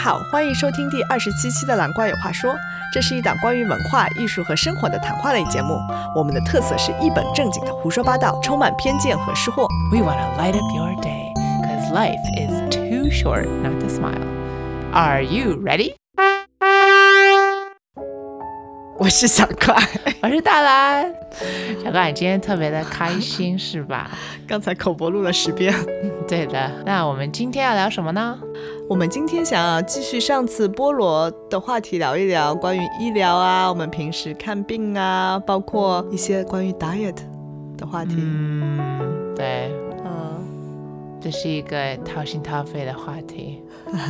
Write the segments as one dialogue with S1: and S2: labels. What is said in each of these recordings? S1: 好，欢迎收听第二十七期的《蓝怪有话说》，这是一档关于文化艺术和生活的谈话类节目。我们的特色是一本正经的胡说八道，充满偏见和失货。
S2: We want to light up your day because life is too short not to smile. Are you ready？
S1: 我是小怪，
S2: 我是大蓝，小怪，你今天特别的开心是吧？
S1: 刚才口播录了十遍。
S2: 对的，那我们今天要聊什么呢？
S1: 我们今天想要继续上次菠萝的话题，聊一聊关于医疗啊，我们平时看病啊，包括一些关于 diet 的话题。
S2: 嗯，对，
S1: 嗯，
S2: 这是一个掏心掏肺的话题，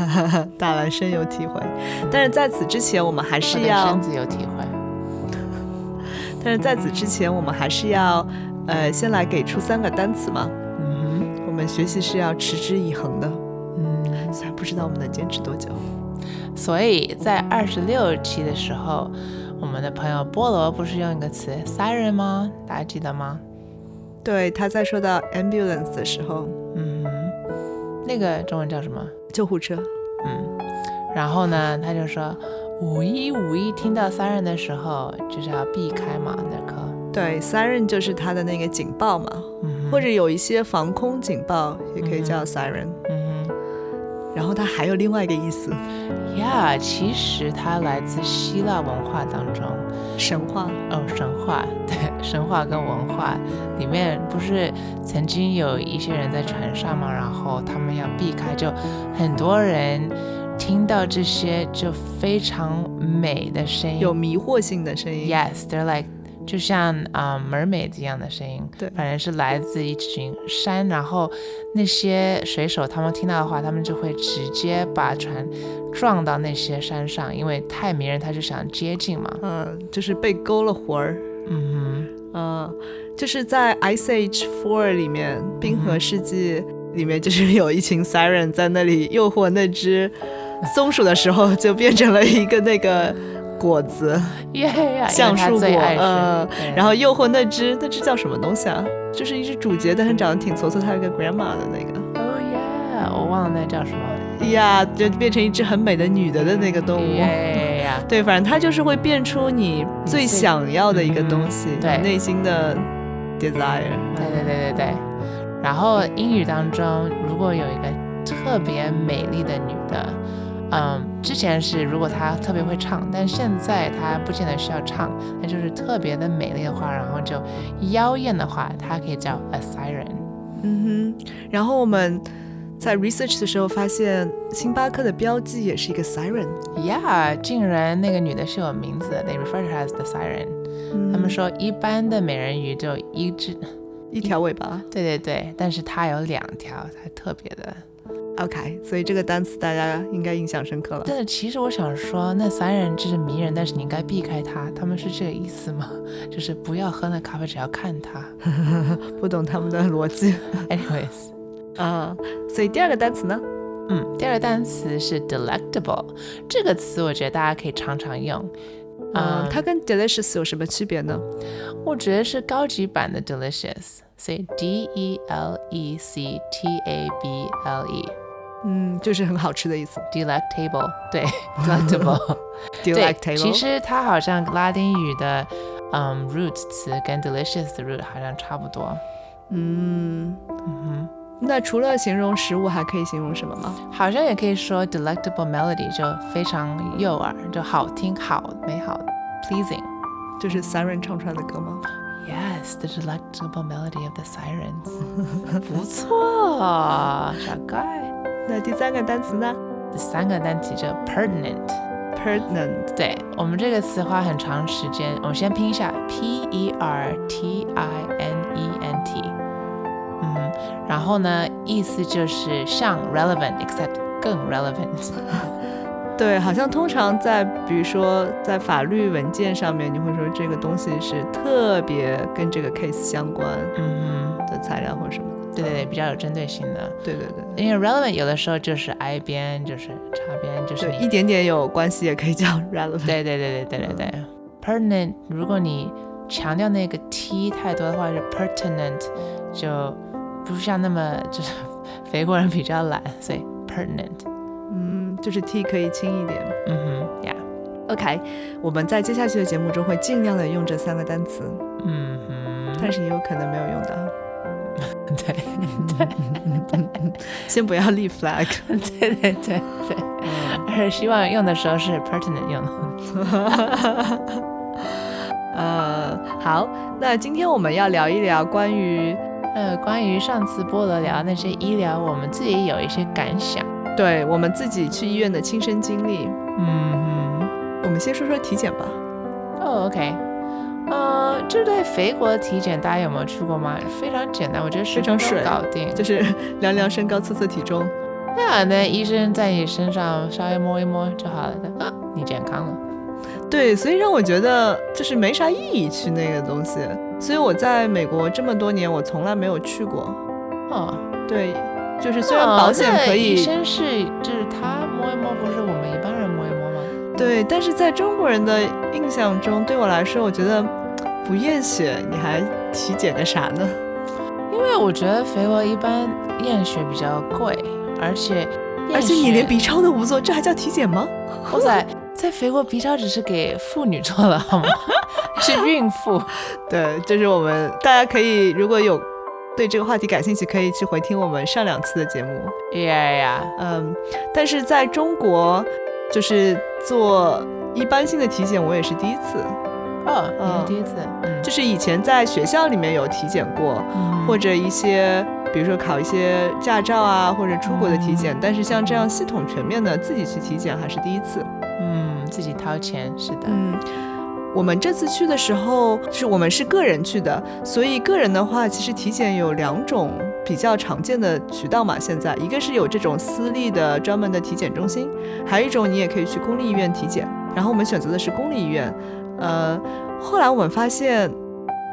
S1: 大兰深有体会。但是在此之前，我们还
S2: 我
S1: 是
S2: 对
S1: 要
S2: 身子有体会。
S1: 但是在此之前，我们还是要，呃，先来给出三个单词嘛。
S2: 嗯
S1: 我们学习是要持之以恒的，
S2: 哼，嗯，
S1: 虽然不知道我们能坚持多久。
S2: 所以在二十六期的时候，我们的朋友菠萝不是用一个词 siren 吗？大家记得吗？
S1: 对，他在说到 ambulance 的时候，
S2: 嗯哼，那个中文叫什么？
S1: 救护车，
S2: 嗯，然后呢，他就说五一五一听到三人的时候，就是要避开嘛那课，
S1: 对，siren 就是它的那个警报嘛，
S2: 嗯哼
S1: 或者有一些防空警报也可以叫 siren。
S2: 嗯哼
S1: 然后它还有另外一个意思，
S2: ，Yeah，其实它来自希腊文化当中，
S1: 神话。
S2: 哦，神话， 对，神话跟文化里面不是曾经有一些人在船上嘛，然后他们要避开，就很多人听到这些就非常美的声音，
S1: 有迷惑性的声音
S2: Yes, they're like 就像啊、mermaid 一样的声音，
S1: 对
S2: 反正是来自一群山，然后那些水手他们听到的话，他们就会直接把船撞到那些山上，因为太迷人，他就想接近嘛。
S1: 嗯，就是被勾了魂儿。
S2: 嗯
S1: 嗯，就是在《Ice Age Four》里面，《冰河世纪》里面，就是有一
S2: 嗯
S1: 群 siren 在那里诱惑那只松鼠的时候，就变成了一个那个果子，
S2: 哼，耶呀，
S1: 橡树果，
S2: 最爱吃。
S1: 呃，
S2: 对
S1: 然后诱惑那只那只叫什么东西啊？就是一只主角，但是长得挺矬矬，它有个 grandma 的那个，
S2: Oh yeah，我忘了那叫什么。
S1: 呀，就变成一只很美的女的的那个动物。
S2: 耶呀，
S1: 对，反正它就是会变出你最
S2: 最
S1: 想要的一个
S2: 嗯
S1: 东西，你
S2: 对
S1: 内心的 desire。
S2: 对对对对对。然后英语当中，如果有一个特别美丽的女的，嗯，之前是如果她特别会唱，但现在她不见得需要唱，那就是特别的美丽的话，然后就妖艳的话，它可以叫 a siren。
S1: 嗯哼，然后我们在 research 的时候发现，星巴克的标记也是一个 siren。
S2: Yeah，竟然那个女的是有名字的，they refer to her as the siren。他们说一般的美人鱼就一只，
S1: 一条尾巴。
S2: 对对对，但是它有两条，它特别的。嗯
S1: OK，所以这个单词大家应该印象深刻了。
S2: 但是其实我想说，那三人就是迷人，但是你应该避开他。他们是这个意思吗？ 就是不要喝那咖啡，只要看他。
S1: 不懂他们的逻辑
S2: Anyways，
S1: 啊。所以第二个单词呢？
S2: 嗯，第二个单词是 delectable，这个词我觉得大家可以常常用。
S1: 嗯
S2: 嗯，
S1: 它跟 delicious 有什么区别呢？
S2: 我觉得是高级版的 delicious，所以 D E L E C T A B L E， E，delectable，
S1: 嗯，就是很好吃的意思。
S2: 对，delectable。对，
S1: Delectable。
S2: 其实它好像拉丁语的嗯 root 词跟 delicious 的 root 好像差不多。
S1: 嗯，
S2: 嗯
S1: 那除了形容食物，还可以形容什么吗？
S2: 哼，好像也可以说 delectable melody 就非常诱饵，就好听、好美好，pleasing。
S1: 就是 siren 唱出来的歌吗？
S2: Yes, the delectable melody of the sirens 。 不错，小盖。
S1: 那第三个单词呢
S2: 第三个单词叫 pertinent。
S1: ？pertinent。
S2: 对我们这个词花很长时间，我们先拼一下 P E R T I N E N T。嗯哼，然后呢，意思就是像 relevant，except 更 relevant。
S1: 对，好像通常在比如说在法律文件上面，你会说这个东西是特别跟这个 case 相关
S2: 嗯哼。
S1: 的材料或者什么的。
S2: 对对对，比较有针对性的。
S1: 对对对，
S2: 因为 relevant 有的时候就是挨边，就是擦边，就是
S1: 对
S2: 你
S1: 一。点点有关系也可以叫 relevant。
S2: 对对对对对对对。pertinent，如果你强调那个 t 太多的话，就 pertinent 就 不像那么就是肥国人比较懒，所以 pertinent。
S1: 嗯，就是 T 可以轻一点。
S2: 嗯哼，Yeah，
S1: OK，我们在接下去的节目中会尽量的用这三个单词，
S2: 嗯哼，
S1: 但是也有可能没有用到，
S2: 对
S1: 先不要立 flag。
S2: 对对 对对，而且希望用的时候是 pertinent 用的。
S1: 呃，好，那今天我们要聊一聊关于
S2: 呃，关于上次菠萝聊那些医疗，我们自己也有一些感想。
S1: 对我们自己去医院的亲身经历。
S2: 嗯哼。
S1: 我们先说说体检吧。
S2: 哦、o k 呃，这对肥国体检大家有没有去过吗？非常简单，我觉得十
S1: 非常
S2: 分钟
S1: 水
S2: 搞定。
S1: 就是量量身高、测测体重。
S2: 那那医生在你身上稍微摸一摸就好了的，啊，你健康了。
S1: 对，所以让我觉得就是没啥意义去那个东西。所以我在美国这么多年，我从来没有去过。
S2: 哦，
S1: 对，就是虽然保险
S2: 哦那
S1: 可以
S2: 医，生是就是他摸一摸，不是我们一般人摸一摸吗？
S1: 对，但是在中国人的印象中，对我来说，我觉得不验血你还体检个啥呢？
S2: 因为我觉得肥国一般验血比较贵，而且
S1: 而且你连
S2: 比
S1: 鼻超都不做，这还叫体检吗？
S2: 嗯哇 塞，在肥国 B 超只是给妇女做的好吗？ 是孕妇。
S1: 对，这是我们大家可以如果有对这个话题感兴趣，可以去回听我们上两期的节目。
S2: Yeah yeah。
S1: 嗯，但是在中国，就是做一般性的体检，我也是第一次。
S2: 哦，
S1: 嗯
S2: 你是第一次，嗯，
S1: 就是以前在学校里面有体检过，或
S2: 者
S1: 者一些比如说考一些驾照啊，或者出国的体
S2: 嗯
S1: 检，但是像这样系统全面的自己去体检还是第一次。
S2: 嗯自己掏钱，是的，
S1: 嗯，我们这次去的时候，就是我们是个人去的，所以个人的话，其实体检有两种比较常见的渠道嘛。现在一个是有这种私立的专门的体检中心，还有一种你也可以去公立医院体检。然后我们选择的是公立医院，呃，后来我们发现。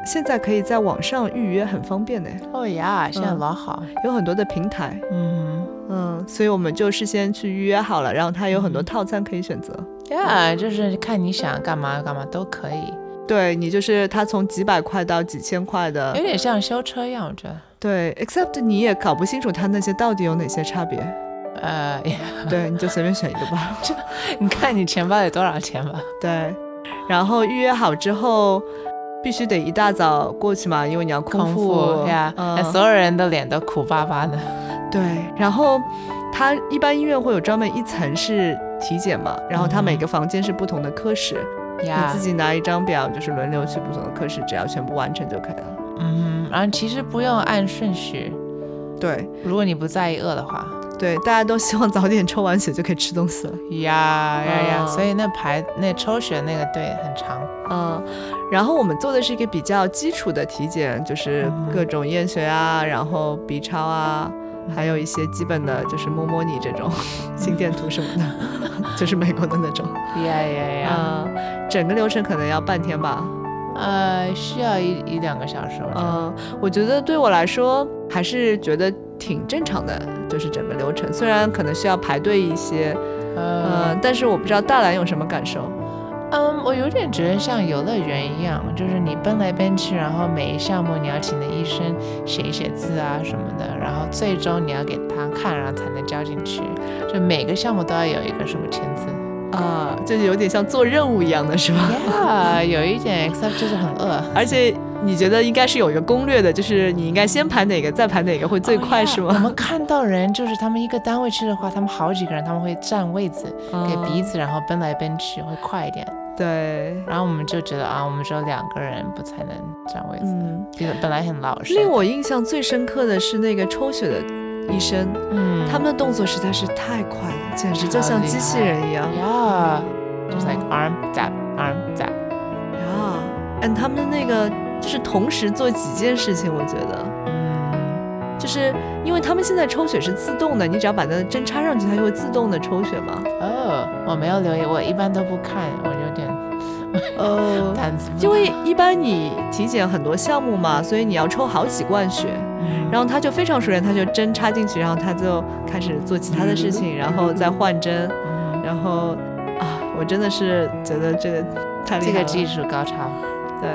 S1: 现在可以在网上预约，很方便呢，
S2: 哦呀，现在老好，
S1: 有很多的平台，
S2: 嗯
S1: 嗯，所以我们就事先去预约好了，然后它有很多套餐可以选择。
S2: 呀，就是看你想干嘛干嘛都可以，
S1: 对你就是它从几百块到几千块的，
S2: 有点像修车一样，我觉得，
S1: 对，except 你也搞不清楚它那些到底有哪些差 别，
S2: 呃，
S1: 对，你就随便选一个吧。
S2: 你看你钱包有多少钱吧，
S1: 对，然后预约好之后，必须得一大早过去嘛，因为你要
S2: 空
S1: 腹
S2: 腹呀，哎
S1: 嗯，
S2: 所有人的脸都苦巴巴的，
S1: 对，然后它一般医院会有专门一层是体检嘛，然后它每
S2: 嗯
S1: 个房间是不同的科室，你
S2: 呀
S1: 自，己拿一张表，就是轮流去不同的科室，只要全部完成就可以了。
S2: 嗯，然后其实不用按顺序，
S1: 对
S2: 如果你不在意饿的话，
S1: 对，大家都希望早点抽完血就可以吃东西了。
S2: 呀呀呀，
S1: 嗯
S2: 所以那排那抽血那个队很长，
S1: 嗯，然后我们做的是一个比较基础的体检，就是
S2: 嗯
S1: 各种验血啊，然后 B 超啊，还有一些基本的，就是摸摸你这种心电图什么的，就是美国的那种。
S2: 呀呀呀。
S1: 嗯，整个流程可能要半天吧。
S2: 呃，需要一一两个小时，我觉得。
S1: 嗯，我觉得对我来说还是觉得挺正常的，就是整个流程，虽然可能需要排队一些，
S2: 呃
S1: 嗯，，但是我不知道大兰有什么感受。
S2: 嗯，我有点觉得像游乐园一样，就是你奔来奔去，然后每一项目你要请的医生写一写字啊什么的，然后最终你要给他看，然后才能交进去。就每个项目都要有一个什么签字。
S1: 啊、就是有点像做任务一样的是吧？
S2: Yeah，有一点，except 就是很饿。
S1: 而且你觉得应该是有一个攻略的，就是你应该先排哪个，再排哪个会最快，
S2: 哦
S1: 是
S2: 呀我
S1: 吗？
S2: 们看到人，就是他们一个单位去的话，他们好几个人，他们会占位子，给
S1: 嗯
S2: 彼此，然后奔来奔去，会快一点。
S1: 对，
S2: 然后我们就觉得啊，我们只有两个人不才能占位子，
S1: 嗯。
S2: 觉得本来很老实。
S1: 令我印象最深刻的是那个抽血的医生，
S2: 嗯，
S1: 他们的动作实在是太快了，简直就像机器人一样
S2: 呀，就是 like arm zap arm zap，
S1: 呀！嗯，他们那个就是同时做几件事情，我觉得
S2: 嗯，
S1: 就是因为他们现在抽血是自动的，你只要把那个针插上去，它就会自动的抽血嘛。
S2: 哦，我没有留意，我一般都不看，我有点
S1: 哦
S2: 胆子不
S1: 因为一般你体检很多项目
S2: 嗯
S1: 嘛，所以你要抽好几罐血，然后
S2: 后
S1: 他就非常熟练，他就针插进去，然后他就开始做其他的事
S2: 嗯
S1: 情，然后再换针，然后啊，我真的是觉得这个太厉害
S2: 这个
S1: 了，
S2: 技术高超，
S1: 对，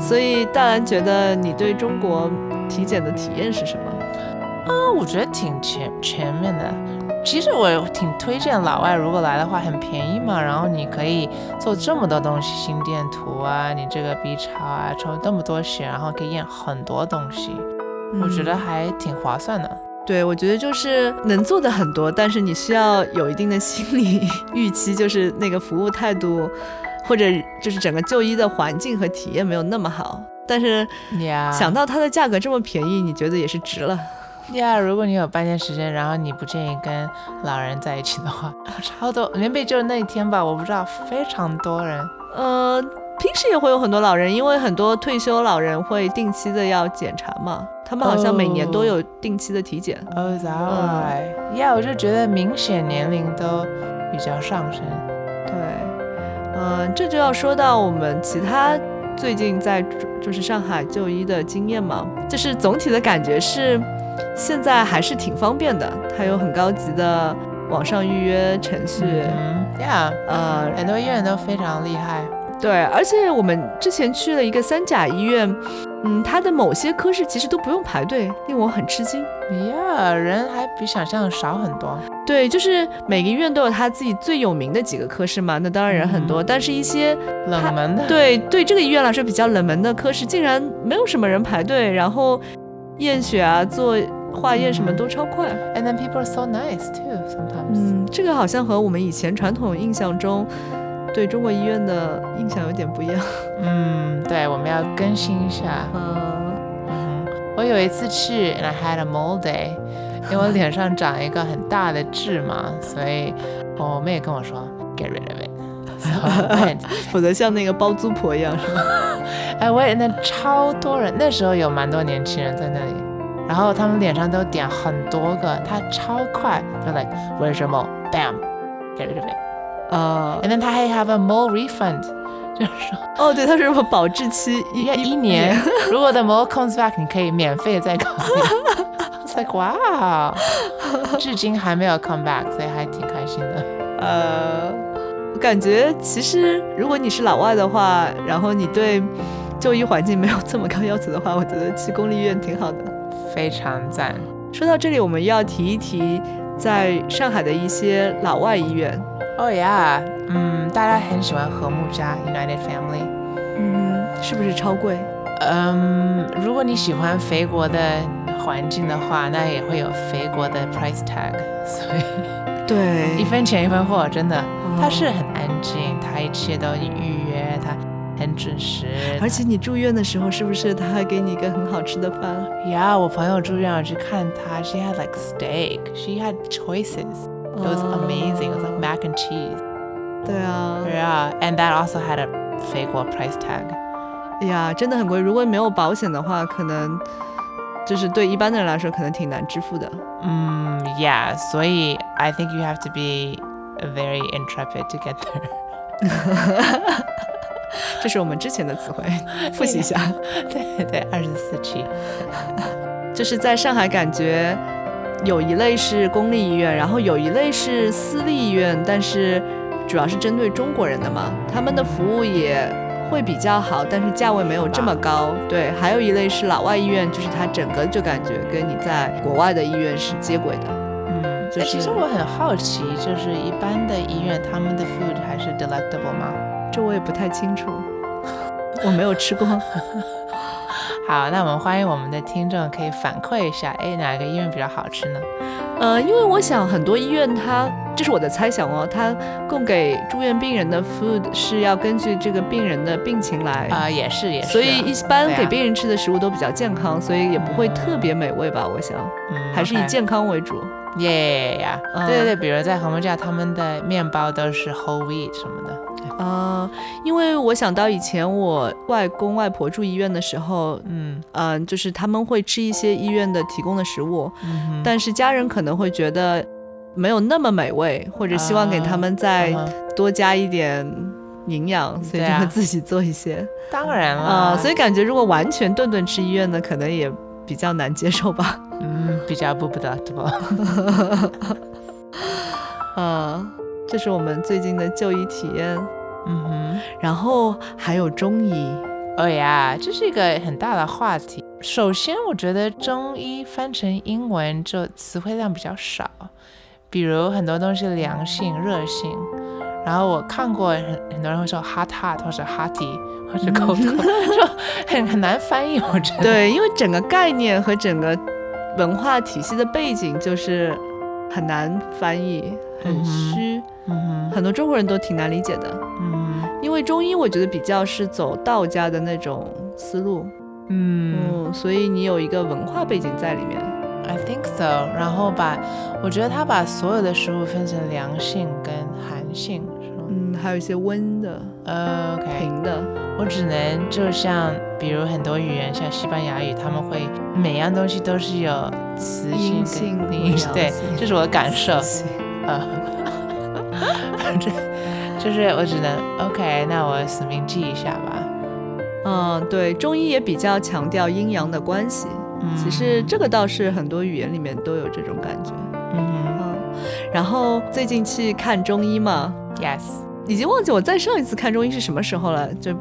S1: 所以大兰觉得你对中国体检的体验是什么？
S2: 嗯，我觉得挺全全面的。其实我挺推荐老外，如果来的话很便宜嘛，然后你可以做这么多东西，心电图啊，你这个 B 超啊，抽这么多血，然后可以验很多东西，我觉得
S1: 嗯
S2: 还挺划算的。
S1: 对，我觉得就是能做的很多，但是你需要有一定的心理 预期，就是那个服务态度，或者就是整个就医的环境和体验没有那么好。但是
S2: 呀、
S1: 想到它的价格这么便宜，你觉得也是值了。
S2: 呀啊如果你有半天时间，然后你不建议跟老人在一起的话， 超多，连贝就那一天吧，我不知道，非常多人。
S1: 呃，平时也会有很多老人，因为很多退休老人会定期的要检查嘛，他们好像每年都有定期的体检。
S2: 哦，咋哎？呀，我就觉得明显年龄都比较上升。
S1: 对，嗯、这就要说到我们其他最近在就就是上海就医的经验嘛，就是总体的感觉是，现在还是挺方便的，它有很高级的网上预约程序，
S2: 嗯呀，
S1: 呃，
S2: 很多医院都非常厉害。
S1: 对，而且我们之前去了一个三甲医院，嗯，它的某些科室其实都不用排队，令我很吃惊。
S2: 呀，人还比想象少很多。
S1: 对，就是每个医院都有它自己最有名的几个科室嘛，那当然人很多，但是一些
S2: 冷门的，
S1: 对对这个医院来说比较冷门的科室，竟然没有什么人排队，然后验血啊、做化验什么都超快。
S2: ，and then people are so nice too sometimes。
S1: 嗯，这个好像和我们以前传统印象中对中国医院的印象有点不一样。
S2: 嗯，对，我们要更新一下。
S1: 嗯，
S2: 嗯，我有一次去，and I had a mole day，因为我脸上长一个很大的痣嘛，所以我妹跟我说 get rid of it。So I went
S1: 否则像那个包租婆一样，是吧？
S2: 哎，我也那超多人，那时候有蛮多年轻人在那里，然后他们脸上都点很多个，他超快就 like 为什么 bam get rid of it，and
S1: 啊、
S2: then 他还 have a mole refund，就是说
S1: 哦，对，他说什么保质期一
S2: 要一年， 如果 the mole comes back，你可以免费再搞一个。It's like wow，至今还没有 come back，所以还挺开心的。
S1: 呃，我感觉其实如果你是老外的话，然后你对就医环境没有这么高要求的话，我觉得去公立医院挺好的。
S2: 非常赞，
S1: 说到这里，我们要提一提在上海的一些老外医院。
S2: 哦呀，嗯，大家很喜欢和睦家 United Family，
S1: 嗯，是不是超贵？
S2: 嗯，如果你喜欢肥国的环境的话，那也会有肥国的 price tag，所以
S1: 对
S2: 一分钱一分货，真的，它
S1: 哦
S2: 是很安静，它一切都预约，它很准时，
S1: 而且你住院的时候，是不是他还给你一个很好吃的饭？啊
S2: 呀，我朋友住院，我去看她，she had like steak，she had choices，it
S1: 哦
S2: was amazing，it was like mac and cheese，
S1: 对啊，
S2: yeah，and that also had a 肥国 price tag，
S1: 哎呀，真的很贵。如果没有保险的话，可能就是对一般的人来说，可能挺难支付的。
S2: 嗯，yeah，所 Mm, 以 I think you have to be very intrepid to get there。
S1: 这是我们之前的词汇，复习一下。
S2: 对对，二十四期。
S1: 就是在上海，感觉有一类是公立医院，然后有一类是私立医院，但是主要是针对中国人的嘛，他们的服务也会比较好，但是价位没有这么高。对，还有一类是老外医院，就是它整个就感觉跟你在国外的医院是接轨的。
S2: 嗯，
S1: 就
S2: 哎其
S1: 是
S2: 实我很好奇，就是一般的医院他们的 food 还是 delectable 吗？
S1: 这我也不太清楚， 我没有吃过。
S2: 好，那我们欢迎我们的听众可以反馈一下，哎，哪个医院比较好吃呢？
S1: 呃，因为我想很多医院它，这是我的猜想哦，它供给住院病人的 food 是要根据这个病人的病情来
S2: 啊、也是也是啊。
S1: 所以一般
S2: 对啊
S1: 给病人吃的食物都比较健康，所以也不会特别美味吧？我想
S2: 嗯
S1: 还是以
S2: OK
S1: 健康为主。
S2: 耶呀，
S1: 嗯
S2: 对对对，比如在和睦家，他们的面包都是 whole wheat 什么的。
S1: 啊、因为我想到以前我外公外婆住医院的时候，
S2: 嗯
S1: 嗯、就是他们会吃一些医院的提供的食物，
S2: 嗯哼，
S1: 但是家人可能会觉得没有那么美味，或者希望给他们再
S2: 嗯哼
S1: 多加一点营养，所以
S2: 对
S1: 就会
S2: 啊
S1: 自己做一些。
S2: 当然
S1: 啊、
S2: 了，
S1: 所以感觉如果完全顿顿吃医院的，可能也比较难接受吧。
S2: 嗯比较不 delectable。
S1: 啊，这是我们最近的就医体验，
S2: 嗯哼，
S1: 然后还有中医，
S2: 哦呀，这是一个很大的话题。首先，我觉得中医翻成英文就词汇量比较少，比如很多东西凉性、热性。然后我看过很很多人会说 hot hot 或者 hotty 或者 cold cold，就很很难翻译，我觉得。
S1: 对，因为整个概念和整个文化体系的背景就是很难翻译，很
S2: 嗯哼
S1: 虚，
S2: 嗯哼，
S1: 很多中国人都挺难理解的。
S2: 嗯
S1: 因为中医，我觉得比较是走道家的那种思路，
S2: 嗯
S1: 嗯，所以你有一个文化背景在里面。
S2: ，I think so。然后把，我觉得他把所有的食物分成凉性跟寒性，是吗
S1: 嗯，还有一些温的、
S2: 呃？OK。
S1: 平的，
S2: 我只能就像，比如很多语言，像西班牙语，他们会每样东西都是有词
S1: 阴
S2: 性跟
S1: 性和
S2: 阴性
S1: 阳
S2: 对
S1: 性，
S2: 这是我的感受。
S1: 行
S2: 呃，反正就是我只能 OK，那我死命记一下吧。
S1: 嗯，对，中医也比较强调阴阳的关系。
S2: 嗯
S1: 其实这个倒是很多语言里面都有这种感觉。
S2: 嗯
S1: 嗯，然后最近去看中医嘛，
S2: 哼，Yes，
S1: 已经忘记我再上一次看中医是什么时候了，就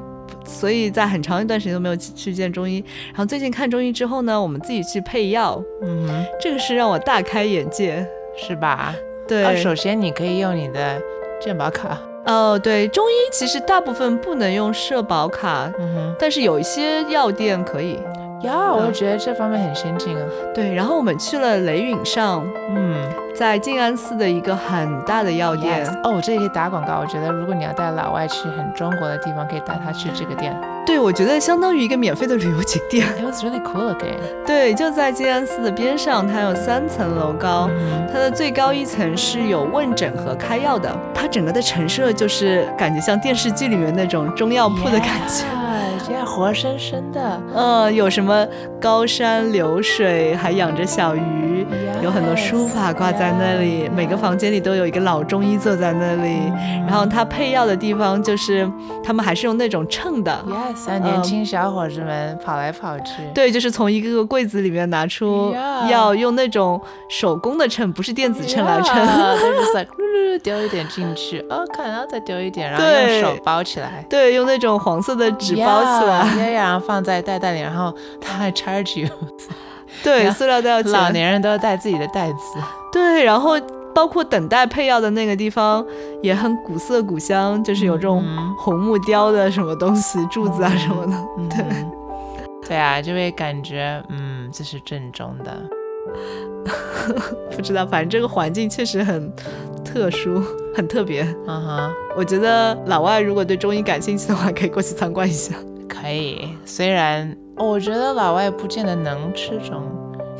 S1: 所以在很长一段时间都没有去去见中医。然后最近看中医之后呢，我们自己去配药，
S2: 嗯哼，
S1: 这个是让我大开眼界。
S2: 是吧？
S1: 对，
S2: 啊，首先你可以用你的健保卡，
S1: 哦，对，中医其实大部分不能用社保卡，
S2: 嗯
S1: 但是有一些药店可以。
S2: 哼，嗯呀，我觉得这方面很先进啊。
S1: 对，然后我们去了雷允上，
S2: 嗯
S1: 在静安寺的一个很大的药店。
S2: ，Yes，哦，我这里可以打广告。我觉得如果你要带老外去很中国的地方，可以带他去这个店。
S1: 对，我觉得相当于一个免费的旅游景点。
S2: It was really cool again.
S1: 对，就在静安寺的边上，它有三层楼高，
S2: 嗯
S1: 它的最高一层是有问诊和开药的。它整个的陈设就是感觉像电视剧里面那种中药铺的感觉。
S2: 觉，这样活生生的，
S1: 嗯，有什么高山流水，还养着小鱼。有很多书法挂在那里，每个房间里都有一个老中医坐在那里。然后他配药的地方就是，他们还是用那种秤的，
S2: Yes，啊，
S1: 嗯
S2: 年轻小伙子们跑来跑去，
S1: 对，就是从一个个柜子里面拿出
S2: Yeah
S1: 药，用那种手工的秤，不是电子秤来称。
S2: Yeah，就是like 噜噜噜丢一点进去，哦，看，然后再丢一点，然后
S1: 对
S2: 用手包起来，
S1: 对，用那种黄色的纸包起来。
S2: Yeah，yeah，然后放在袋袋里，然后他还 charge you。
S1: 对，
S2: Yeah
S1: 塑料袋起
S2: 老
S1: 来。
S2: 年人都带自己的袋子，
S1: 对，然后包括等待配药的那个地方也很古色古香，就是有这种
S2: 嗯
S1: 红木雕的什么东西、柱子啊什么的。
S2: 对。 对啊，就会感觉，嗯，这是正宗的。嗯
S1: 不知道，反正这个环境确实很特殊，很特别。
S2: 嗯哼，
S1: 我觉得老外如果对中医感兴趣的话，可以过去参观一下。
S2: 可以。虽然哦我觉得老外不见得能吃中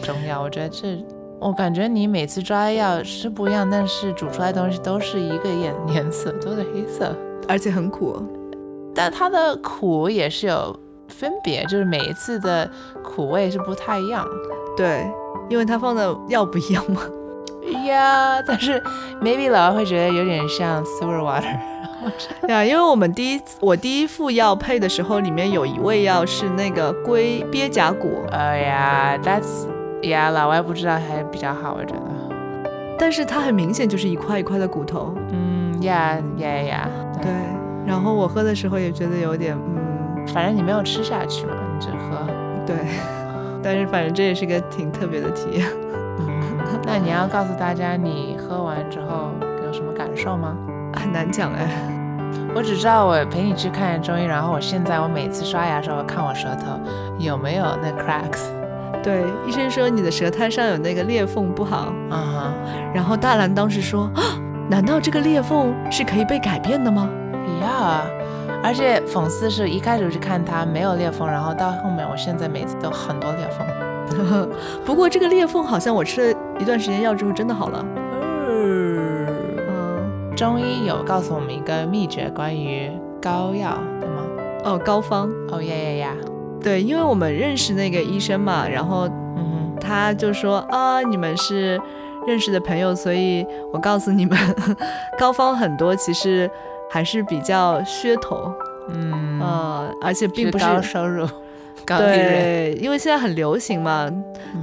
S2: 中药，我觉得这，我感觉你每次抓药是不一样，但是煮出来的东西都是一个颜颜色，都是黑色。
S1: 而且很苦，
S2: 但它的苦也是有分别，就是每一次的苦味是不太一样。
S1: 对，因为它放的药不一样嘛。
S2: 呀、但是 maybe 老外会觉得有点像 sewer water。
S1: 对啊，因为我们第一次我第一副药配的时候，里面有一味药是那个龟鳖甲骨，
S2: 哎呀，that's 呀，老外不知道还比较好，我觉得。
S1: 但是它很明显就是一块一块的骨头。
S2: 嗯呀呀呀呀，
S1: 对，然后我喝的时候也觉得有点，嗯，
S2: 反正你没有吃下去嘛，你只喝。
S1: 对。 但是反正这也是个挺特别的体验。
S2: 那你要告诉大家你喝完之后有什么感受吗？
S1: 很难讲哎，
S2: 我只知道我陪你去看中医，然后我现在我每次刷牙的时候看我舌头有没有那 cracks。
S1: 对，医生说你的舌苔上有那个裂缝不好，
S2: 嗯哼，
S1: 然后大兰当时说：“啊，难道这个裂缝是可以被改变的吗
S2: 呀、而且讽刺是一开始去看它没有裂缝，然后到后面我现在每次都很多裂缝。？”
S1: 不过这个裂缝好像我吃了一段时间药之后真的好了。嗯，
S2: 中医有告诉我们一个秘诀，关于膏药，对吗？
S1: 哦，膏方
S2: 哦呀呀呀，
S1: 对，因为我们认识那个医生嘛，然后
S2: 嗯
S1: 他就说：“啊，你们是认识的朋友，所以我告诉你们， 膏方很多其实还是比较噱头，
S2: 哼嗯
S1: 呃，而且并不是
S2: 高收入、高利润，嗯
S1: 对，因为现在很流行嘛，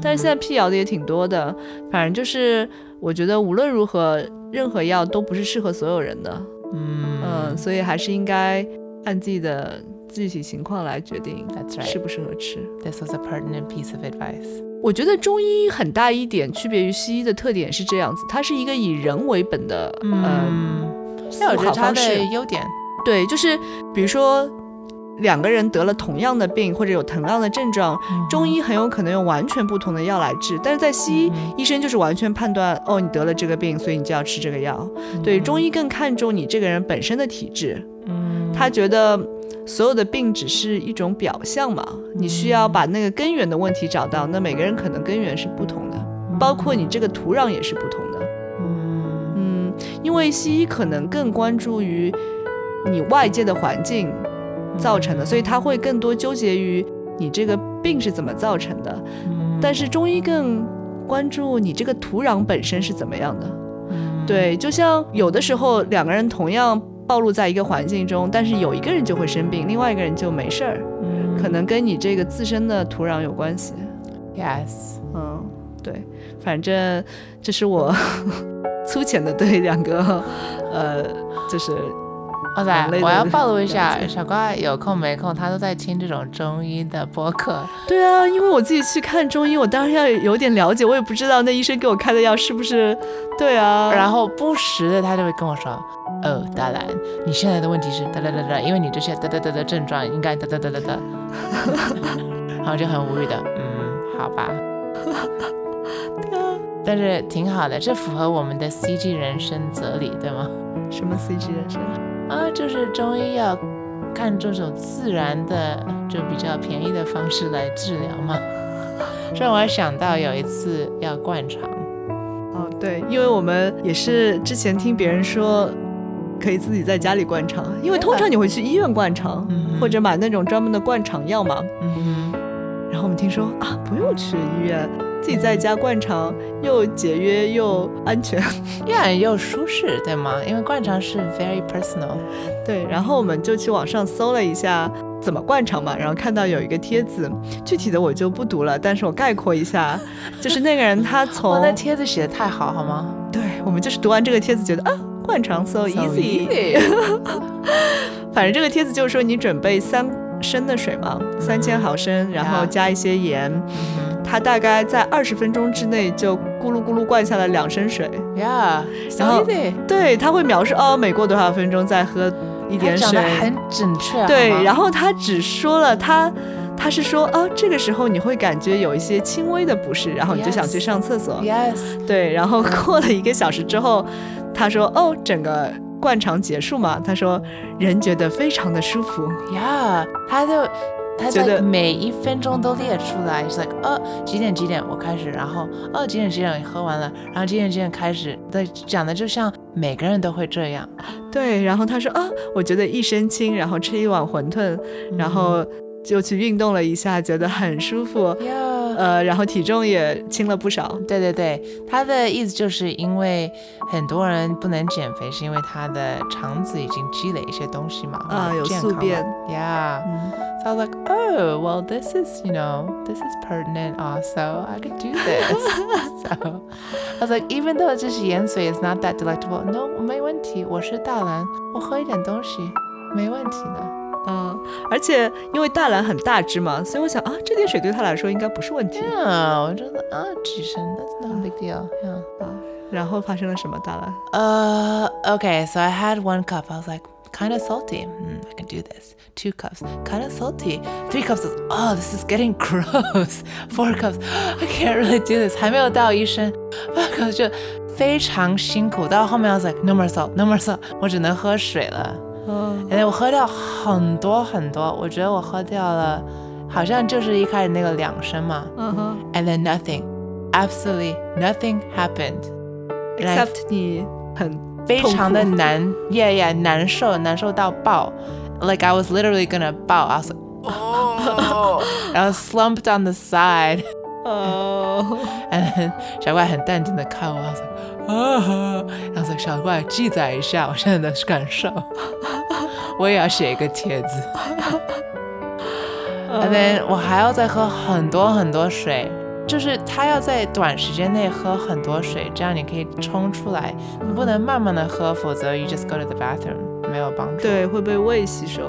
S1: 但是现在辟谣的也挺多的，反正就是我觉得无论如何，任何药都不是适合所有人的，
S2: 嗯
S1: 嗯，所以还是应该按自己的具体情况来决定
S2: That's
S1: 适
S2: right.
S1: 不适合吃。
S2: This was a pertinent piece of advice.
S1: 我觉得中医很大一点区别于西医的特点是这样子，它是一个以人为本的，嗯，
S2: 嗯，
S1: 思
S2: 那我觉得
S1: 考
S2: 它
S1: 方式
S2: 的。优点，
S1: 对，就是比如说两个人得了同样的病或者有同样的症状，
S2: 嗯
S1: 中医很有可能用完全不同的药来治，但是在西医，
S2: 嗯
S1: 医生就是完全判断哦，你得了这个病，所以你就要吃这个药。对，中医更看重你这个人本身的体质，
S2: 嗯，
S1: 他觉得所有的病只是一种表象嘛，
S2: 嗯
S1: 你需要把那个根源的问题找到。那每个人可能根源是不同的，包括你这个土壤也是不同的。
S2: 嗯，
S1: 嗯，因为西医可能更关注于你外界的环境造成
S2: 嗯
S1: 的，所以它会更多纠结于你这个病是怎么造成的。
S2: 嗯，
S1: 但是中医更关注你这个土壤本身是怎么样的。
S2: 嗯，
S1: 对，就像有的时候两个人同样暴露在一个环境中，但是有一个人就会生病，另外一个人就没事儿，
S2: 嗯
S1: 可能跟你这个自身的土壤有关系。
S2: yes，
S1: 嗯，对，反正这是我 粗浅的对两个呃，就是
S2: 哇塞
S1: 人类！的
S2: 我要暴露一下
S1: 了，解
S2: 小瓜有空没空，他都在听这种中医的播客。
S1: 对啊，因为我自己去看中医，我当然要有点了解，我也不知道那医生给我开的药是不是对啊，
S2: 然后不时的他就会跟我说：“哦，大兰，你现在的问题是哒哒哒哒，因为你这些哒哒哒哒症状应该哒哒哒哒哒。”然后就很无语的，嗯，好吧。但是挺好的，这符合我们的 CG 人生哲理，对吗？
S1: 什么 CG 人生，
S2: 啊，就是中医要看这种自然的，就比较便宜的方式来治疗嘛。 这让我想到有一次要灌肠，
S1: 哦，对，因为我们也是之前听别人说，可以自己在家里灌肠，因为通常你会去医院灌肠，
S2: 嗯
S1: 或者买那种专门的灌肠药嘛。
S2: 嗯
S1: 然后我们听说啊，不用去医院，自己在家灌肠又节约又安全。
S2: 哼，越来又舒适，对吗？因为灌肠是
S1: 嗯
S2: very personal，
S1: 对，然后我们就去网上搜了一下怎么灌肠嘛，然后看到有一个帖子，具体的我就不读了，但是我概括一下，就是那个人 他从
S2: 哇，那帖子写的太好，好吗
S1: 对我们就是读完这个帖子觉得啊，灌肠 so
S2: So
S1: easy。反正这个帖子就是说，你准备三升的水嘛，三千毫升，然后加一些盐，
S2: 嗯
S1: 它大概在二十分钟之内就咕噜咕噜灌下了两升水。
S2: ，Yeah，so
S1: 然后
S2: easy，
S1: 对，它会描述哦，每过多少分钟再喝一
S2: 他
S1: 点
S2: 讲
S1: 水
S2: 的。很准确，
S1: 对
S2: 好吗，
S1: 然后他只说了他。他是说，哦，这个时候你会感觉有一些轻微的不适，然后你就想去
S2: Yes
S1: 上厕所。
S2: yes，
S1: 对，然后过了一个小时之后，他说：“哦，整个灌肠结束嘛？”他说：“人觉得非常的舒服。
S2: 呀，他就他
S1: 觉
S2: 在
S1: 得
S2: 每一分钟都列出来，it's like 哦几点几点我开始，然后哦几点几点喝完了，然后几点几点开始，对，讲的就像每个人都会这样，”
S1: 对，然后他说：“啊，我觉得一身轻，然后吃一碗馄饨，然后
S2: 嗯
S1: 就去运动了一下，觉得很舒服。
S2: 呀。
S1: 呃，然后体重也轻了不少。
S2: 对对对，他的意思就是因为很多人不能减肥，是因为他的肠子已经积累一些东西嘛，
S1: 啊
S2: 或者
S1: 有
S2: 健
S1: 宿
S2: 康嘛
S1: 便
S2: ，Yeah，
S1: 嗯，
S2: So I was like, oh, well, this is, you know, this is pertinent also. I could do this. so I was like, even though 这是盐水 is not that delectable, no, 没问题，我是大蓝，我喝一点东西，没问题的。
S1: 啊，而且因为大蓝很大只嘛，所以我想啊，这点水对他来说应该不是问题。
S2: Yeah，我觉得啊，几升，that's not a big deal. Yeah.
S1: 然后发生了什么？大蓝
S2: Uh, okay, so I had one cup. I was like, kind of salty. Mm, I can do this. Two cups, kind of salty. Three cups, I was, oh, this is getting gross. Four cups, I can't really do this. 还没有到医生 Five cups 就非常辛苦。到后面 I was like, no more salt, no more salt. 我只能喝水了。
S1: 啊，
S2: 哎，我喝掉很多很多，我觉得我喝掉了，好像就是一开始那个两升嘛。
S1: 嗯哼
S2: And then nothing, absolutely nothing happened.
S1: ，except、
S2: And I-
S1: 你很
S2: 非
S1: 痛
S2: 常的
S1: 苦
S2: 难，yeah yeah，难受，难受到爆。Like I was literally gonna 爆，I was like, oh, I was slumped on the side,
S1: 哦。
S2: and then 小怪很淡定的看我，I was like, oh, I was like 小怪记载一下我现在的感受， 我也要写一个帖子。And then 我还要再喝很多很多水，就是他要在短时间内喝很多水，这样你可以冲出来，你不能慢慢的喝，否则 you just go to the bathroom。没有帮助。
S1: 对，会被胃吸收。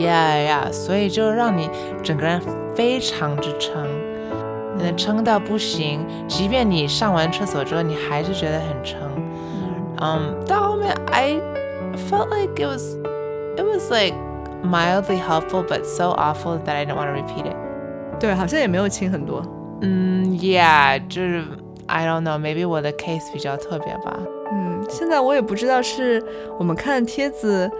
S2: 呀呀，所以就让你整个人非常之撑，能撑到不行。即便你上完厕所之后，你还是觉得很撑。嗯，到后面 I felt like it was it was like mildly helpful but so awful that I didn't want to repeat it.
S1: 对，好像也没有轻很多。
S2: 嗯，Yeah，就是 I don't know，maybe 我的 case 比较特别吧。
S1: 嗯，现在我也不知道是我们看帖子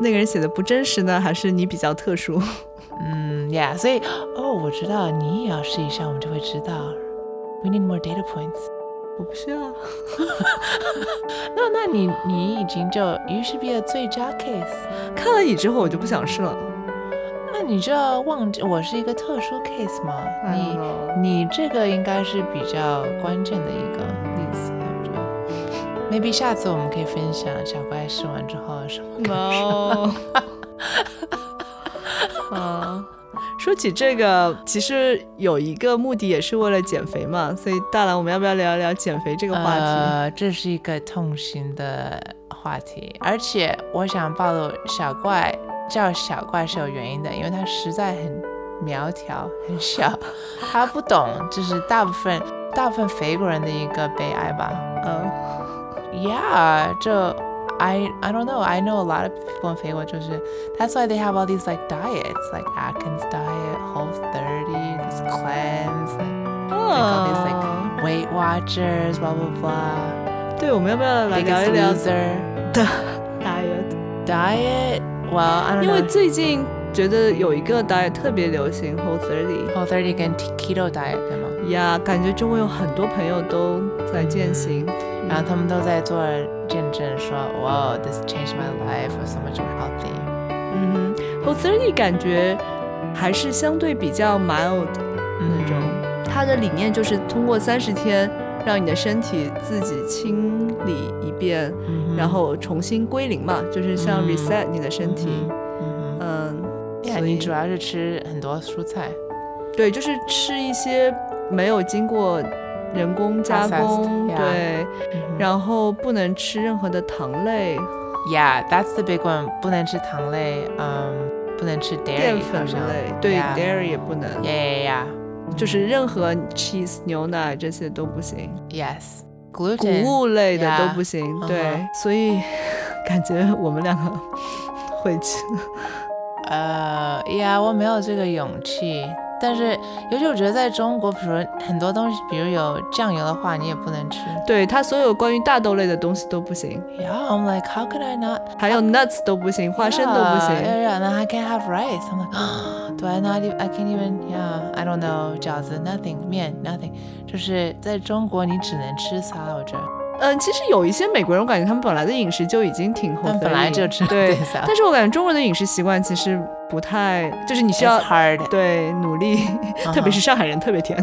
S1: 那个人写的不真实呢，还是你比较特殊。
S2: 嗯，Yeah，所以哦，我知道你也要试一下，我们就会知道。We need more data points。
S1: 我不需要。
S2: 那那你你已经就 you should be a 最佳 case，
S1: 看了你之后，我就不想试了。
S2: 那你就要忘记我是一个特殊 case 嘛？
S1: 哎
S2: 你
S1: 呦
S2: 你这个应该是比较关键的一个例子，我觉得。Maybe 下次我们可以分享小乖试完之后有什么感受。
S1: no。啊，说起这个，其实有一个目的也是为了减肥嘛，所以大兰，我们要不要聊一聊减肥这个话题？
S2: 呃，这是一个痛心的话题，而且我想暴露小怪叫小怪是有原因的，因为他实在很苗条，很小，他不懂，就是大部分大部分肥国人的一个悲哀吧。
S1: 嗯
S2: Yeah，这 I I don't know. I know a lot of people in 肥国，就是 That's why they have all these like diets, like Atkins diet, Whole 30, this cleanse, like
S1: 啊，
S2: Weight Watchers, blah blah blah.
S1: 哦对，我们要不要来
S2: Biggest
S1: 聊一聊
S2: loser.
S1: diet？
S2: diet. Well, I don't
S1: 因
S2: know.
S1: 为最近觉得有一个 diet 特别流行，Whole Thirty。
S2: Whole 30跟 keto diet 对吗？
S1: 呀，感觉周围有很多朋友都在践行。
S2: 然后他们都在做见证说，哇、w this changed my life, I'm so much more healthy。
S1: 嗯哼，Whole Thirty 感觉还是相对比较 mild
S2: Mm-hmm.
S1: 那种。它的理念就是通过三十天，让你的身体自己清理一遍，
S2: 嗯，
S1: 然后重新归零嘛，就是像
S2: 嗯
S1: reset 你的身体。
S2: 嗯哼，
S1: 嗯，
S2: 呀、
S1: 所以
S2: 你主要是吃很多蔬菜，
S1: 对，就是吃一些没有经过人工加
S2: Processed，
S1: 工，
S2: yeah
S1: 对，
S2: 后
S1: 然后不能吃任何的糖类、
S2: yeah, that's the big one，不能吃糖类，嗯，不能吃 dairy，
S1: 淀粉
S2: 好像
S1: 类，对
S2: yeah
S1: dairy 也不能，
S2: yeah yeah
S1: 就是任何 cheese、牛奶这些都不行。
S2: yeah yes
S1: 谷
S2: gluten
S1: 物类的都
S2: yeah，
S1: 不行
S2: 嗯，哼
S1: 对，所以感觉我们两个会去，
S2: 呃呀，我没有这个勇气。但是，尤其我觉得在中国，比如很多东西，比如有酱油的话，你也不能吃。
S1: 对它所有关于大豆类的东西都不行，
S2: Yeah, I'm like, how could I not?
S1: 还有 nuts 都不行，花生都不
S2: Yeah,
S1: 行，
S2: yeah, yeah, and I can't have rice. I'm like, do I not? Even, I can't even. Yeah, I don't know. 饺子 nothing，面 nothing。就是在中国，你只能吃沙拉，我觉得。
S1: 嗯，其实有一些美国人，我感觉他们本来的饮食就已经挺
S2: 他
S1: whole
S2: 们嗯本来
S1: 30
S2: 就吃
S1: 对，
S2: 沙拉。
S1: 但是我感觉中国人的饮食习惯其实不太，就是你需
S2: It's
S1: 要
S2: hard，
S1: 对努力，
S2: 嗯
S1: 特别是上海人特别甜，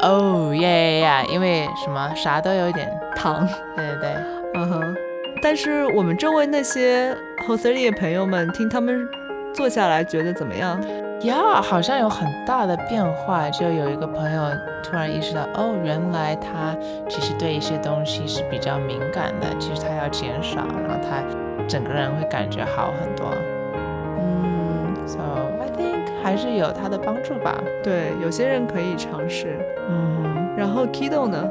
S2: 哦耶呀，因为什么啥都有一点，
S1: 糖，
S2: 对对对。
S1: 嗯哼。但是我们周围那些 whole 30的朋友们，听他们做下来，觉得怎么样？
S2: 呀好像有很大的变化。就有一个朋友突然意识到，哦，原来他其实对一些东西是比较敏感的，其实他要减少，然后他整个人会感觉好很多。
S1: 嗯，
S2: So I think 还是有它的帮助吧。
S1: 对，有些人可以尝试。
S2: 嗯
S1: 然后 keto 呢？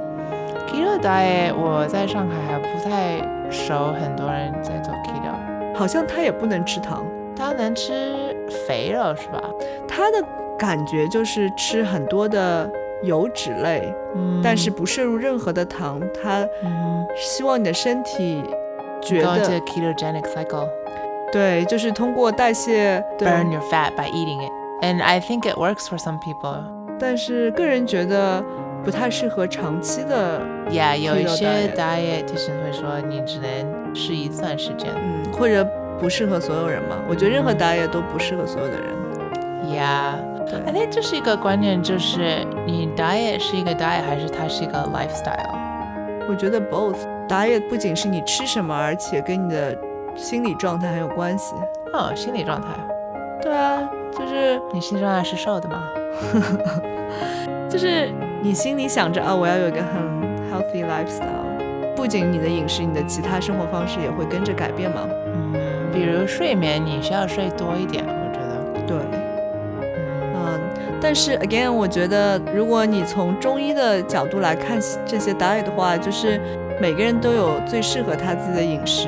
S2: ，keto diet 我在上海还不太熟，很多人在做 keto，
S1: 好像他也不能吃糖，
S2: 他能吃肥肉是吧？
S1: 他的感觉就是吃很多的油脂类，
S2: 嗯
S1: 但是不摄入任何的糖。他
S2: 嗯，
S1: 希望你的身体觉
S2: go into
S1: 得
S2: a ketogenic cycle。
S1: 对，就是通过代谢对。
S2: burn your fat by eating it. And I think it works for some people.
S1: 但是个人觉得不太适合长期的，
S2: Yeah, 有一
S1: Keto
S2: 些
S1: diet
S2: diet 就是会说你只能试一段时间。
S1: 嗯，或者不适合所有人嘛。我觉得任何 diet 都不适合所有的人。
S2: Yeah,
S1: 对
S2: I think 这是一个观念，就是你 diet 是一个 diet 还是它是一个 lifestyle？
S1: 我觉得 both diet 不仅是你吃什么，而且跟你的心理状态很有关系。
S2: 哦，心理状态，
S1: 对啊，就是
S2: 你心理状态是瘦的吗？
S1: 就是你心里想着啊，我要有一个很 healthy lifestyle，不仅你的饮食，你的其他生活方式也会跟着改变嘛。
S2: 嗯比如睡眠，你需要睡多一点，我觉得。
S1: 对，嗯，但是 again，我觉得如果你从中医的角度来看这些 diet 的话，就是每个人都有最适合他自己的饮食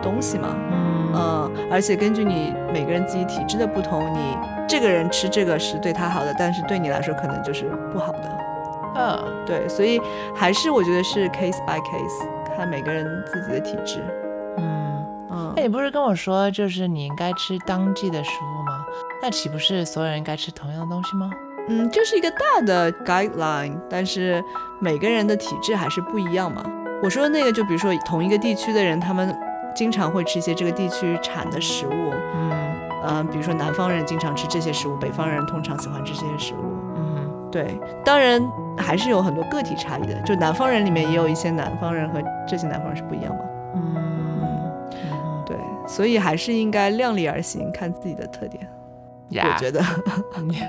S1: 东西嘛。
S2: 嗯
S1: 嗯，而且根据你每个人自己体质的不同，你这个人吃这个是对他好的，但是对你来说可能就是不好的。
S2: 呃，
S1: 对，所以还是我觉得是 case by case，看每个人自己的体质。
S2: 嗯，
S1: 嗯
S2: 那，你不是跟我说，就是你应该吃当季的食物吗？那岂不是所有人应该吃同样的东西吗？
S1: 嗯，就是一个大的 guideline，但是每个人的体质还是不一样嘛。我说的那个，就比如说同一个地区的人，他们经常会吃一些这个地区产的食物，
S2: 嗯
S1: 嗯、比如说南方人经常吃这些食物，北方人通常喜欢吃这些食物。
S2: 嗯
S1: 对，当然还是有很多个体差异的，就南方人里面也有一些南方人和这些南方人是不一样嘛。
S2: 嗯嗯，
S1: 对，所以还是应该量力而行，看自己的特点。我觉
S2: 得。
S1: 得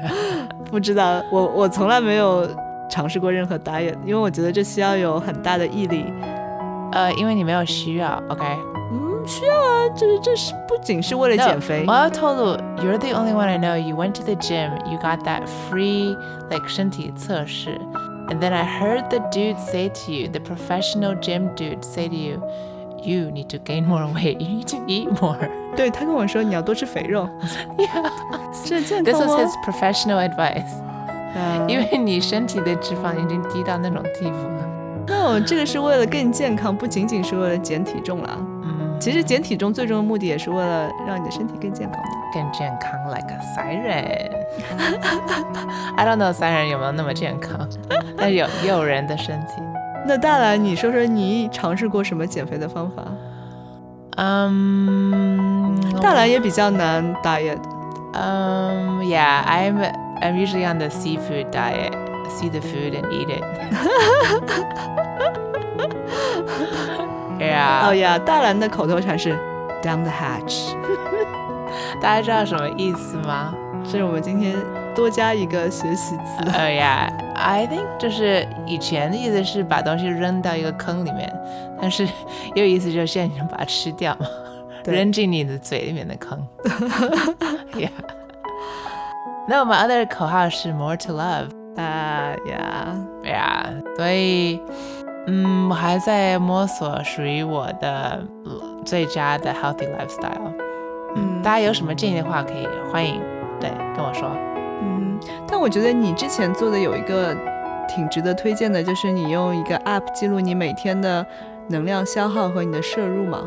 S1: 不知道，我我从来没有尝试过任何 diet，因为我觉得这需要有很大的毅力。
S2: 呃，因为你没有需要，OK。
S1: 嗯，需要啊，就是这是不仅是为了
S2: No,
S1: 减肥。
S2: 我要透露，You're the only one I know. You went to the gym. You got that free like 身体测试，and then I heard the dude say to you, the professional gym dude say to you, you need to gain more weight. You need to eat more.
S1: 对他跟我说你要多吃肥肉，
S2: Yeah,
S1: 这健
S2: this
S1: 康吗
S2: was his professional advice.
S1: 嗯
S2: 因为你身体的脂肪已经低到那种地步了。
S1: no，这啊个是为了更健康，不仅仅是为了啊减体重啦。
S2: 嗯，
S1: 其实减体重最终的目的也是为了让你的身体更健康嘛。
S2: 更健康，like a siren。I don't know siren 有没有那么健康， 但有也有人的身体。
S1: 那大兰，你说说你尝试过什么减肥的方法？
S2: Um,
S1: 大兰也比较难哦 diet。
S2: Um, yeah, I'm I'm usually on the seafood diet. See the food and eat it. yeah，、
S1: 哦呀，大兰的口头禅是 “down the hatch”，
S2: 大家知道什么意思吗？
S1: 这是我们今天多加一个学习词。
S2: 哦呀，I think 就是以前的意思是把东西扔到一个坑里面，但是 也有意思就是现在你把它吃掉嘛，
S1: 对
S2: 扔进你的嘴里面的坑。yeah。那我们 other 口号是 more to love。
S1: 啊呀，
S2: 呀，所以，嗯，我还在摸索属于我的呃最佳的 healthy lifestyle。
S1: 嗯
S2: 大家有什么建议的话，可以欢迎对跟我说。
S1: 嗯，但我觉得你之前做的有一个挺值得推荐的，就是你用一个 app 记录你每天的能量消耗和你的摄入嘛。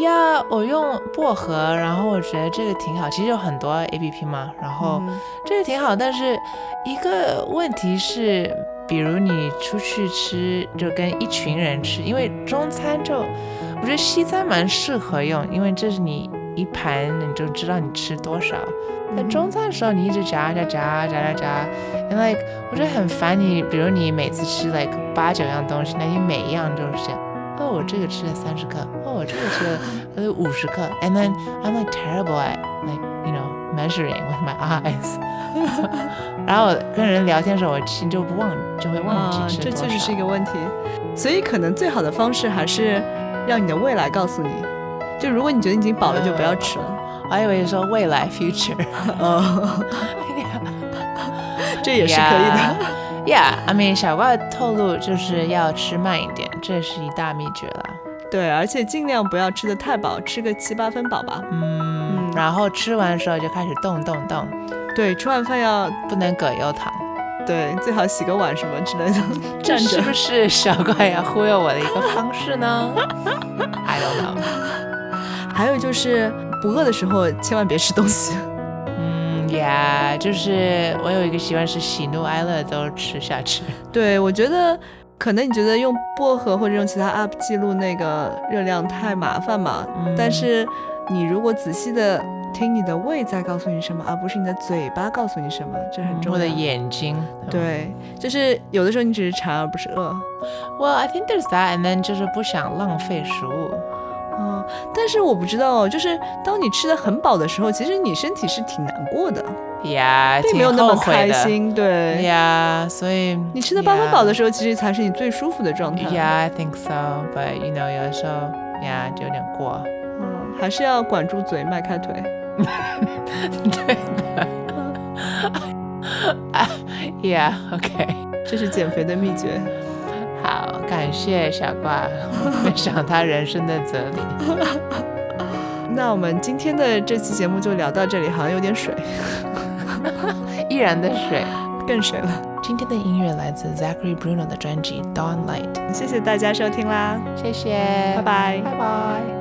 S2: 呀，我用薄荷，然后我觉得这个挺好。其实有很多 A P P 嘛，然后
S1: 嗯
S2: 这个挺好，但是一个问题是，比如你出去吃，就跟一群人吃，因为中餐就，我觉得西餐蛮适合用，因为这是你一盘你就知道你吃多少。在中餐的时候，你一直夹夹夹夹夹夹，and like 我觉得很烦你。比如你每次吃 like 八九样东西，那你每一样都是这样。哦，我这个吃了三十克，哦，我这个吃了呃五十克，and then I'm like terrible at like you know measuring with my eyes 。 然后我跟人聊天的时候，我心就不忘就会忘
S1: 啊，
S2: 记吃
S1: 这
S2: 多
S1: 确实是一
S2: 少
S1: 个问题。所以可能最好的方式还是让你的未来告诉你。就如果你觉得你已经饱了，就不要吃了。
S2: 哎我还以为说未来 future，
S1: 呃，这也是可以的。
S2: Yeah, yeah I mean 小怪透露就是要吃慢一点，这是一大秘诀了。
S1: 对，而且尽量不要吃的太饱，吃个七八分饱吧。
S2: 嗯
S1: 嗯，
S2: 然后吃完的时候就开始动动动，
S1: 对，吃完饭要
S2: 不能葛优躺。
S1: 对，最好洗个碗什么之类的，
S2: 这
S1: 站
S2: 是
S1: 着。
S2: 不是小怪要忽悠我的一个方式 呢？I don't know。
S1: 还有就是不饿的时候千万别吃东西。
S2: 嗯呀，就是我有一个习惯是喜怒哀乐都吃下去。
S1: 对，我觉得可能你觉得用薄荷或者用其他 app 记录那个热量太麻烦嘛，
S2: 嗯
S1: 但是你如果仔细的听你的胃在告诉你什么，而不是你的嘴巴告诉你什么，这很重要。
S2: 我的嗯眼睛。
S1: 对，就是有的时候你只是馋而不是饿。
S2: Well, I think there's that, and then 就是不想浪费食物。
S1: 嗯，但是我不知道哦，就是当你吃的很饱的时候，其实你身体是挺难过的，
S2: 呀，
S1: 并
S2: 挺
S1: 没有那
S2: 后
S1: 么
S2: 悔
S1: 开
S2: 的。
S1: 心。对，
S2: 呀，所以
S1: 你吃的八分饱的
S2: 时
S1: 时候，其实才是你最舒服的状态。
S2: Yeah, I think so. But you know，有的时候呀就有点过。
S1: 嗯，还是要管住嘴，迈开腿。
S2: 对的。啊，Yeah，OK，
S1: 这是减肥的秘 诀。
S2: 好，感谢小瓜分享他人生的哲理。
S1: 那我们今天的这期节目就聊到这里，好像有点水，
S2: 依然的水。
S1: 更水了。
S2: 今天的音乐来自 Zachary Bruno 的专辑《Dawn Light》，
S1: 谢谢大家收听啦，
S2: 谢谢，
S1: 拜拜
S2: 拜拜。